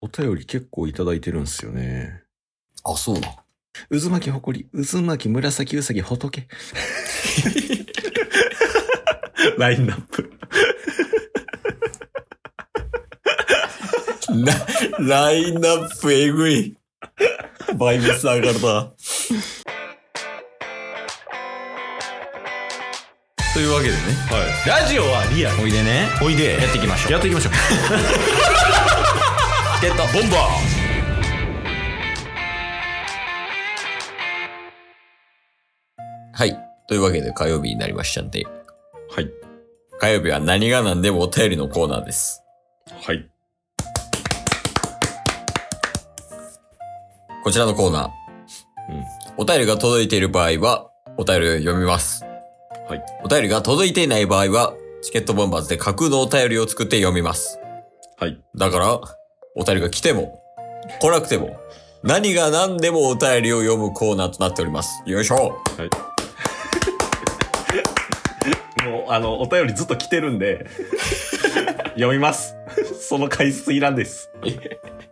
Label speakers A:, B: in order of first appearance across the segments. A: お便り結構いただいてるんですよね。
B: あ、そうな。
A: 渦巻きほこり、渦巻き紫うさぎ仏。ラインナップ。
B: ララインナップえぐい。バイブス上が
C: と
B: るな。
C: いうわけでね、はい、ラジオはリアルおいでね
D: おいで
C: やっていきましょう
D: やっていきましょう
C: ってたボンバ
B: はい。というわけで火曜日になりましたんで、
A: はい。
B: 火曜日は何が何でもお便りのコーナーです。
A: はい。
B: こちらのコーナ
A: う
B: ー。
A: ん
B: お便りが届いている場合は、お便りを読みます。
A: はい。
B: お便りが届いていない場合は、チケットボンバーズで架空のお便りを作って読みます。
A: はい。
B: だから、お便りが来ても、来なくても、何が何でもお便りを読むコーナーとなっております。よいしょ
D: もうあのお便りずっと来てるんで 読みますその回数いらんです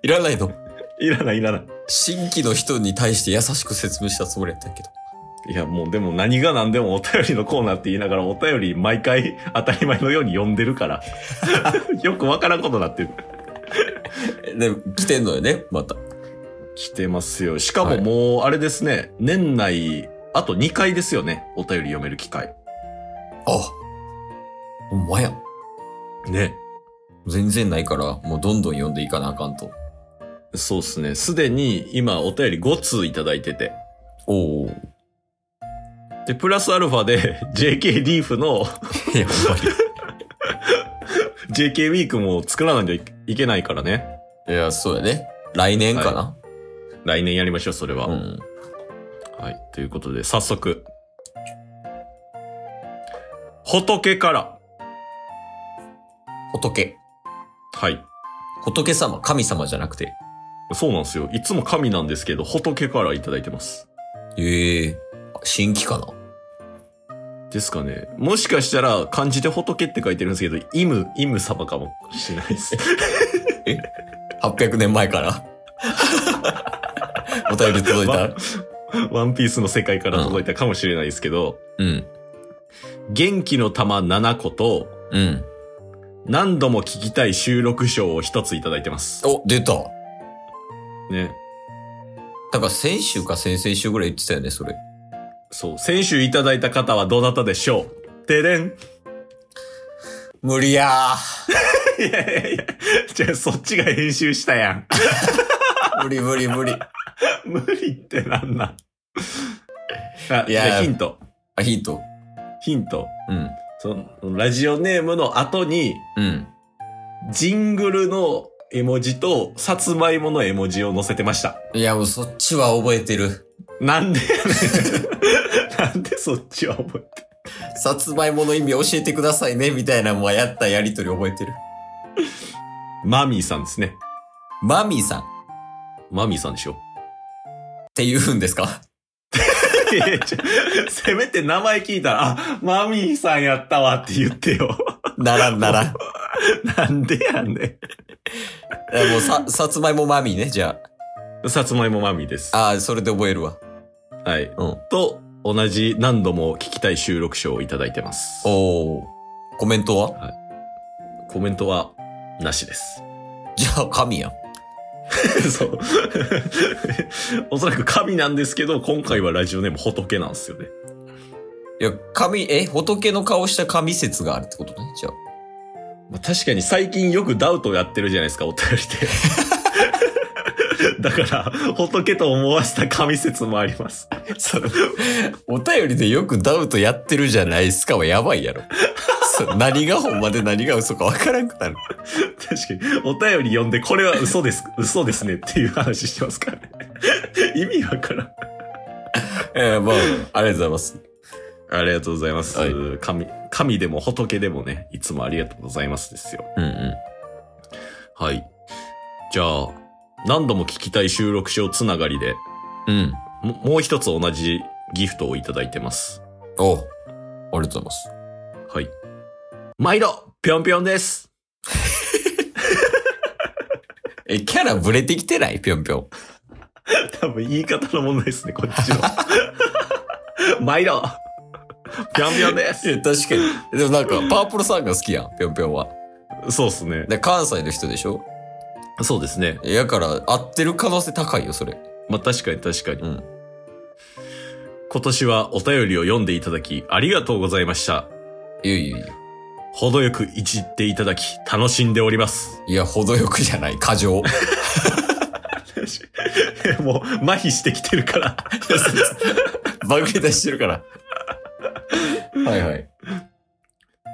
B: いらないの
D: いらないいらない
B: 新規の人に対して優しく説明したつもりやったけど。
D: いやもうでも何が何でもお便りのコーナーって言いながらお便り毎回当たり前のように読んでる からよくわからんことになってる
B: で、来てんのよね、また。
D: 来てますよしかももうあれですね、年内あと2回ですよねお便り読める機会
B: あほんまや。
D: ね
B: 全然ないから、もうどんどん読んでいかなあかんと。
D: そうっすねすでに今お便り5通いただいてて
B: おお。
D: でプラスアルファで JK リーフの
B: い や、ほんま
D: JK ウィークも作らないといけないからね。
B: に。いや、そうやね。来年かな、
D: 来年やりましょう、それは。
B: うん。
D: はい。ということで、早速。仏から。
B: 仏。
D: はい。
B: 仏様、神様じゃなくて。
D: そうなんですよ。いつも神なんですけど、仏からいただいてます。
B: ええ新規かな
D: ですかね。もしかしたら、漢字で仏って書いてるんですけど、イム、イム様かもしれないです。
B: ?800 年前から お便り届いた。
D: ワンピースの世界から届いたかもしれないですけど、
B: うん。
D: 元気の玉7個と、
B: うん。
D: 何度も聞きたい収録賞を一ついただいてます。
B: お、出た。
D: ね。
B: だから先週か先々週ぐらい言ってたよね、それ。
D: そう。先週いただいた方はどなたでしょうてれん。
B: 無理や
D: いやいやいや、じゃあそっちが編集したやん。
B: ー。無理無理無理。
D: 無理ってなんなん。あ、
B: い
D: い
B: や
D: や、ヒント。
B: あ、ヒント。
D: ヒント。
B: うん。
D: その、ラジオネームの後に、
B: うん。
D: ジングルの絵文字と、さつまいもの絵文字を載せてました。
B: いや、もうそっちは覚えてる。
D: なんでやねん なんでそっちは覚えて。
B: さつまいもの意味教えてくださいね、みたいなもんはやったやりとり覚えてる。
D: マミーさんですね。
B: マミーさんっ
D: マミーさんでしょ。
B: て言うんですか
D: いやいやちょせめて名前聞いたら、あ、マミーさんやったわって言ってよ。
B: ならんならん。
D: なんでやね
B: えもうさ、さつまいもマミーね、じゃ
D: ん。さつまいもマミーです。
B: あ。ああ、それで覚えるわ。
D: はい。
B: うん。
D: と、同じ何度も聞きたい収録賞をいただいてます。
B: おー。コメントは
D: コメントは、なしです。
B: じゃあ、神やん。
D: そう。 おそらく神なんですけど、今回はラジオネーム仏なんですよね。
B: いや、神、え、仏の顔した神説があるってことね、じゃあ。
D: まあ、確かに最近よくダウトやってるじゃないですか、お便りで。 だから、仏と思わせた神説もあります。
B: そのお便りでよくダウトやってるじゃないですかはやばいやろ。そ何がほんまで何が嘘かわからんくなる。
D: 確かに、お便り読んで、これは嘘です、嘘ですねっていう話してますからね。意味わからん。
B: えー、まあ、ありがとうございます。
D: ありがとうございます。
B: はい
D: 神、神でも仏でもね、いつもありがとうございますですよ。
B: うんう
D: はい。じゃあ、何度も聞きたい収録書つながりで、
B: ん。うん。
D: ももう一つ同じギフトをいただいてます。
B: おうありがとうござい
D: はい。毎度、ぴょんぴょんです。
B: え、キャラブレてきてないぴょんぴょん。
D: 多分言い方の問題ですね、こっちは。 毎度ぴょんぴょんで
B: い
D: す
B: や、確かに。でもなんか、パープルさんが好きやん、ぴょんぴょんは。
D: そうっすね。
B: で、関西の人でしょ
D: そうですね。
B: やから、合ってる可能性高いよ、それ。
D: まあ確かに確かに。
B: うん
D: 今年はお便りを読んでいただき、ありがとうございました。
B: いやいやいや。
D: 程よくいじっていただき、楽しんでおります。
B: いや、程よくじゃない、過 剰。
D: もう、麻痺してきてる から。
B: バグり出してるから。はいはい。
D: っ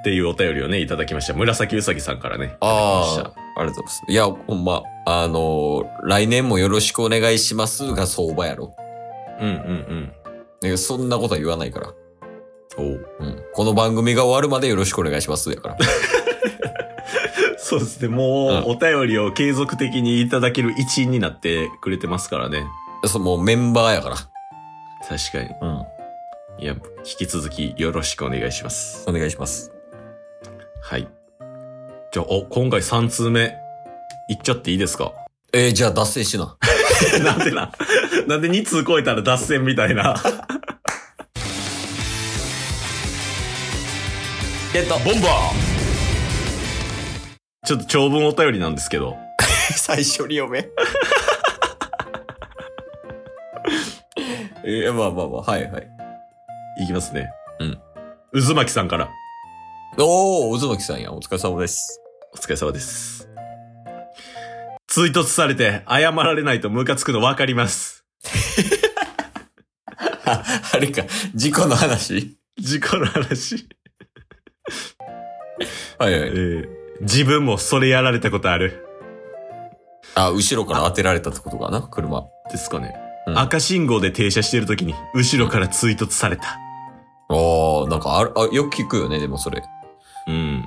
D: ていうお便りをね、いただきました。紫うさぎさんからね。
B: ああ、ありがとうございます。いや、ほんま、あのー来年もよろしくお願いしますが相場やろ。
D: うんうん
B: ねそんなことは言わないから。
D: うん。おう
B: うん。この番組が終わるまでよろしくお願いしますやから。
D: そうですね。もう、
B: うん
D: お便りを継続的にいただける一員になってくれてますからね。
B: そう、もうメンバーやから。
D: 確かに。
B: うん。
D: いや、引き続きよろしくお願いします。
B: お願いします。
D: はい。じゃあ、お、今回3通目、いっちゃっていいですか
B: えー、じゃあ脱線しな。
D: なんでな。 なんで2通超えたら脱線みたい な。
B: えっと、
D: ボンバーちょっと長文お便りなんですけど。
B: 最初に読め。 えー、まあまあまあ、はいはい。
D: いきますね。
B: うん。
D: 渦巻さんから。
B: おー、渦巻さんやん。お疲れ様です。
D: お疲れ様です。追突されて謝られないとムカつくの分かります。
B: あ、あれか、事故の話
D: 事故の話。
B: はいは
D: え
B: い。
D: ー自分もそれやられたことある。
B: あ、後ろから当てられたってことかな車。
D: ですかね。
B: うん
D: 赤信号で停車してる時に後ろから追突された。
B: ああ、なんかあるあ、よく聞くよね、でもそれ。
D: うん。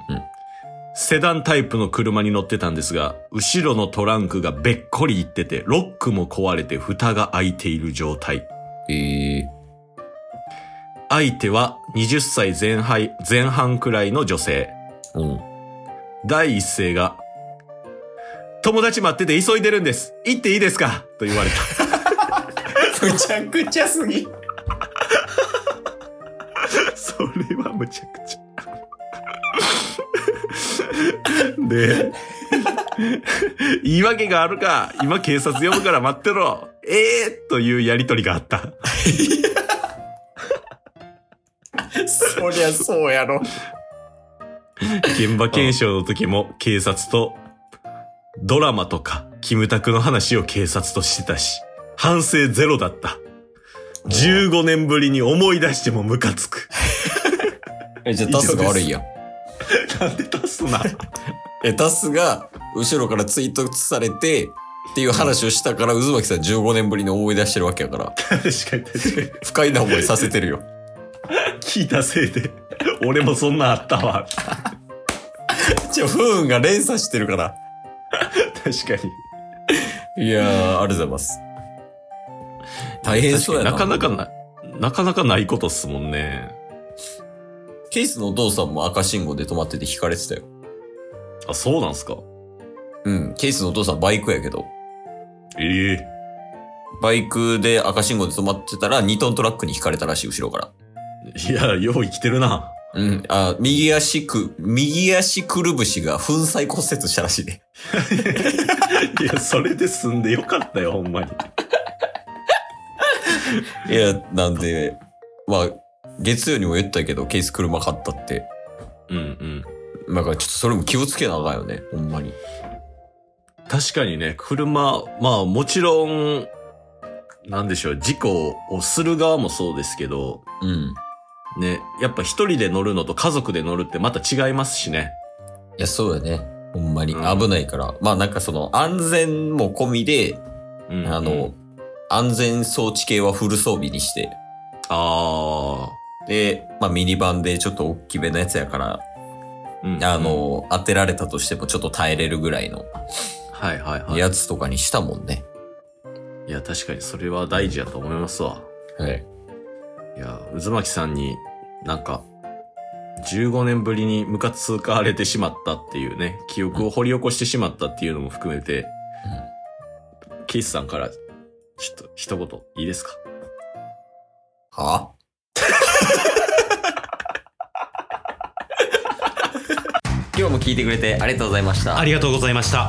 D: セダンタイプの車に乗ってたんですが、後ろのトランクがべっこりいってて、ロックも壊れて蓋が開いている状態。
B: ええ
D: 相手は20歳前半前半くらいの女性。
B: うん。
D: 第一声が、友達待ってて急いでるんです行っていいですかと言われた。
B: むちゃくちゃすぎ。
D: それはむちゃくちゃ。 で、言い訳があるか、今警察呼ぶから待ってろ、ええー、というやりとりがあった。
B: そりゃそうやろ。
D: 現場検証の時も警察と、ドラマとか、キムタクの話を警察としてたし、反省ゼロだった。15年ぶりに思い出してもムカつく。
B: え、じゃあタスが悪いやん。
D: なんで出すな。
B: え、タスが後ろから追突されて、っていう話をしたから、渦巻さん15年ぶりに思い出してるわけやから、
D: 確かに確かに。
B: 不快な思いさせてる よ。
D: 聞いたせいで、俺もそんなんあったわ。
B: じゃあ、不運が連鎖してるから。
D: 確かに。
B: いやー、ありがとうございます。大変そうやな。
D: なかなかな、なかなかないことっすもんね。
B: ケースのお父さんも赤信号で止まってて引かれてたよ。
D: あ、そうなんすか
B: うん。ケースのお父さんバイクやけど。
D: ええ
B: バイクで赤信号で止まってたら、2トントラックに引かれたらしい、後ろから。
D: いや、よう生きてるな。
B: うん。あ、右足く、右足くるぶしが粉砕骨折したらしいね。
D: いや、それで済んでよかったよ、ほんまに。
B: いや、なんで、まあ、月曜にも言ったけど、ケース車買ったって。
D: うんうん。
B: なんか、ちょっとそれも気をつけなあかんよね、ほんまに。
D: 確かにね、車、まあもちろん、なんでしょう、事故をする側もそうですけど、
B: うん。
D: ね、やっぱ一人で乗るのと家族で乗るってまた違いますしね。
B: いや、そうやね。ほんまに。
D: うん
B: 危ないから。まあ、なんかその、安全も込みで、
D: うんうん
B: あの、、安全装置系はフル装備にして、
D: あ
B: で、まあ、ミニバンでちょっと大きめのやつやか
D: あ、
B: ら、
D: うん
B: あ、の、当てられたとしてもちょっと耐えれるぐらいの
D: はいはいはい。
B: やつとかにしたもんね。
D: いや、確かにそれは大事やと思いますわ。
B: はい。
D: いや、渦巻さんになんか、15年ぶりにムカつかれてしまったっていうね、記憶を掘り起こしてしまったっていうのも含めて、
B: うん
D: ケイスさんから、ちょっと一言いいですか
E: は
B: 今日も聞いてくれてありがとうございました
F: ありがとうございました